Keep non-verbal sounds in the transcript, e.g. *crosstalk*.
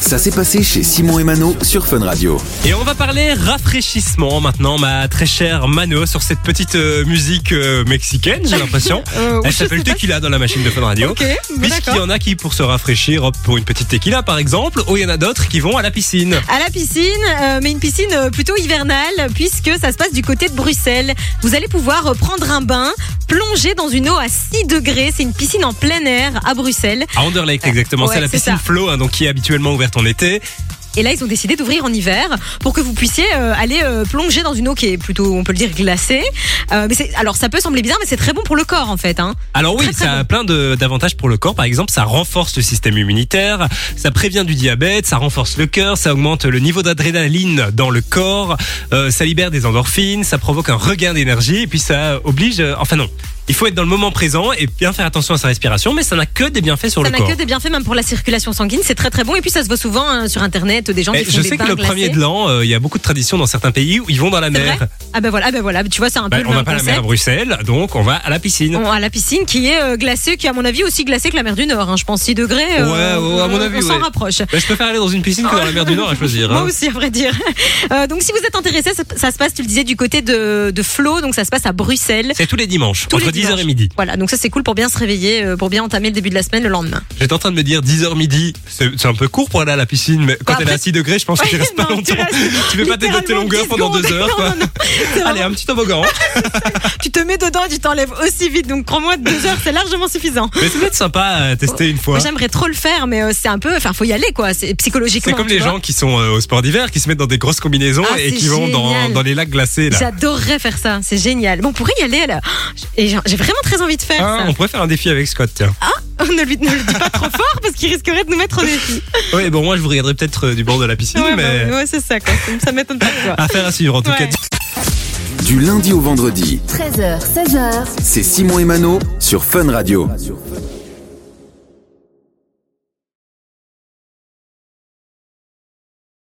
Ça s'est passé chez Simon et Mano sur Fun Radio. Et on va parler rafraîchissement maintenant, ma très chère Mano, sur cette petite euh, musique euh, mexicaine, j'ai l'impression. Euh, Elle *laughs* je sais s'appelle pas. Tequila dans la machine de Fun Radio. Ok, bon, Ah, Puisqu'il y d'accord. en a qui, pour se rafraîchir, optent pour une petite tequila par exemple, ou il y en a d'autres qui vont à la piscine. À la piscine, euh, mais une piscine euh, plutôt hivernale, puisque ça se passe du côté de Bruxelles. Vous allez pouvoir euh, prendre un bain, plonger dans une eau à 6 degrés. C'est une piscine en plein air à Bruxelles. À Anderlecht, exactement. Ah, Ouais, c'est la c'est piscine ça. Flow, hein, donc qui est habituellement ouverte en été. Et là, ils ont décidé d'ouvrir en hiver pour que vous puissiez euh, aller euh, plonger dans une eau qui est plutôt, on peut le dire, glacée. Euh, mais c'est- alors, ça peut sembler bizarre, mais c'est très bon pour le corps, en fait. Hein. Alors oui, Très, très ça a plein de- d'avantages pour le corps. Par exemple, ça renforce le système immunitaire, ça prévient du diabète, ça renforce le cœur, ça augmente le niveau d'adrénaline dans le corps, euh, ça libère des endorphines, ça provoque un regain d'énergie et puis ça oblige... euh, enfin non, il faut être dans le moment présent et bien faire attention à sa respiration, mais ça n'a que des bienfaits sur Ça le n'a corps. que des bienfaits, même pour la circulation sanguine. C'est très, très bon. Et puis, ça se voit souvent hein, sur Internet, des gens Eh, qui font je des sais que bains le glacés. premier de l'an, euh, il y a beaucoup de traditions dans certains pays où ils vont dans la C'est mer. vrai Ah ben voilà, ah ben voilà. Tu vois, c'est un peu Bah, le on n'a même pas la mer à concept. Bruxelles, donc on va à la piscine. On- à la piscine qui est euh, glacée, qui à mon avis aussi glacée que la mer du Nord. hein. Je pense 6 degrés. Ouais, ouais, à mon on- avis, On s'en ouais. rapproche. Bah, je préfère aller dans une piscine que dans la *laughs* mer du Nord à choisir. Moi hein. aussi, à vrai dire. *laughs* Euh, donc, si vous êtes intéressé, ça, ça se passe, tu le disais, du côté de, de Flo. Donc, ça se passe à Bruxelles. C'est tous les dimanches, Tous les entre 10h et dimanches. midi. Voilà, donc ça c'est cool pour bien se réveiller, euh, pour bien entamer le début de la semaine le lendemain. J'étais en train de me dire 10h midi, c'est c'est un peu court pour aller à la piscine, mais quand Bah, elle est à après- 6 degrés, je pense que tu restes pas Non, tu longtemps. restes *laughs* Tu fais pas tes littéralement tes longueurs 10 pendant secondes. deux heures. *laughs* Non, quoi. non, non. C'est Allez, vraiment- un petit toboggan. hein. Tu te mets dedans et tu t'enlèves aussi vite. Donc crois-moi, deux heures c'est largement suffisant. Mais ça peut être sympa à tester une fois. Moi, J'aimerais trop le faire, mais euh, c'est un peu, enfin faut y aller quoi, c'est psychologiquement. C'est comme tu les vois. gens qui sont euh, au sport d'hiver, qui se mettent dans des grosses combinaisons Ah, et c'est qui vont dans, génial. dans les lacs glacés. Là. J'adorerais faire ça, c'est génial. Bon, on pourrait y aller là. Et j'ai j'ai vraiment très envie de faire Ah, on pourrait faire un défi avec Scott, tiens. ça. *laughs* ne, lui, ne le dis pas trop fort parce qu'il risquerait de nous mettre au défi. Oui, bon, moi je vous regarderai peut-être euh, du bord de la piscine, Ouais, mais bah, ouais, c'est ça quoi. Ça- Ça m'étonne pas de toi. affaire à suivre en tout Ouais. cas. Du lundi au vendredi, 13h, 16h. c'est Simon et Mano sur Fun Radio.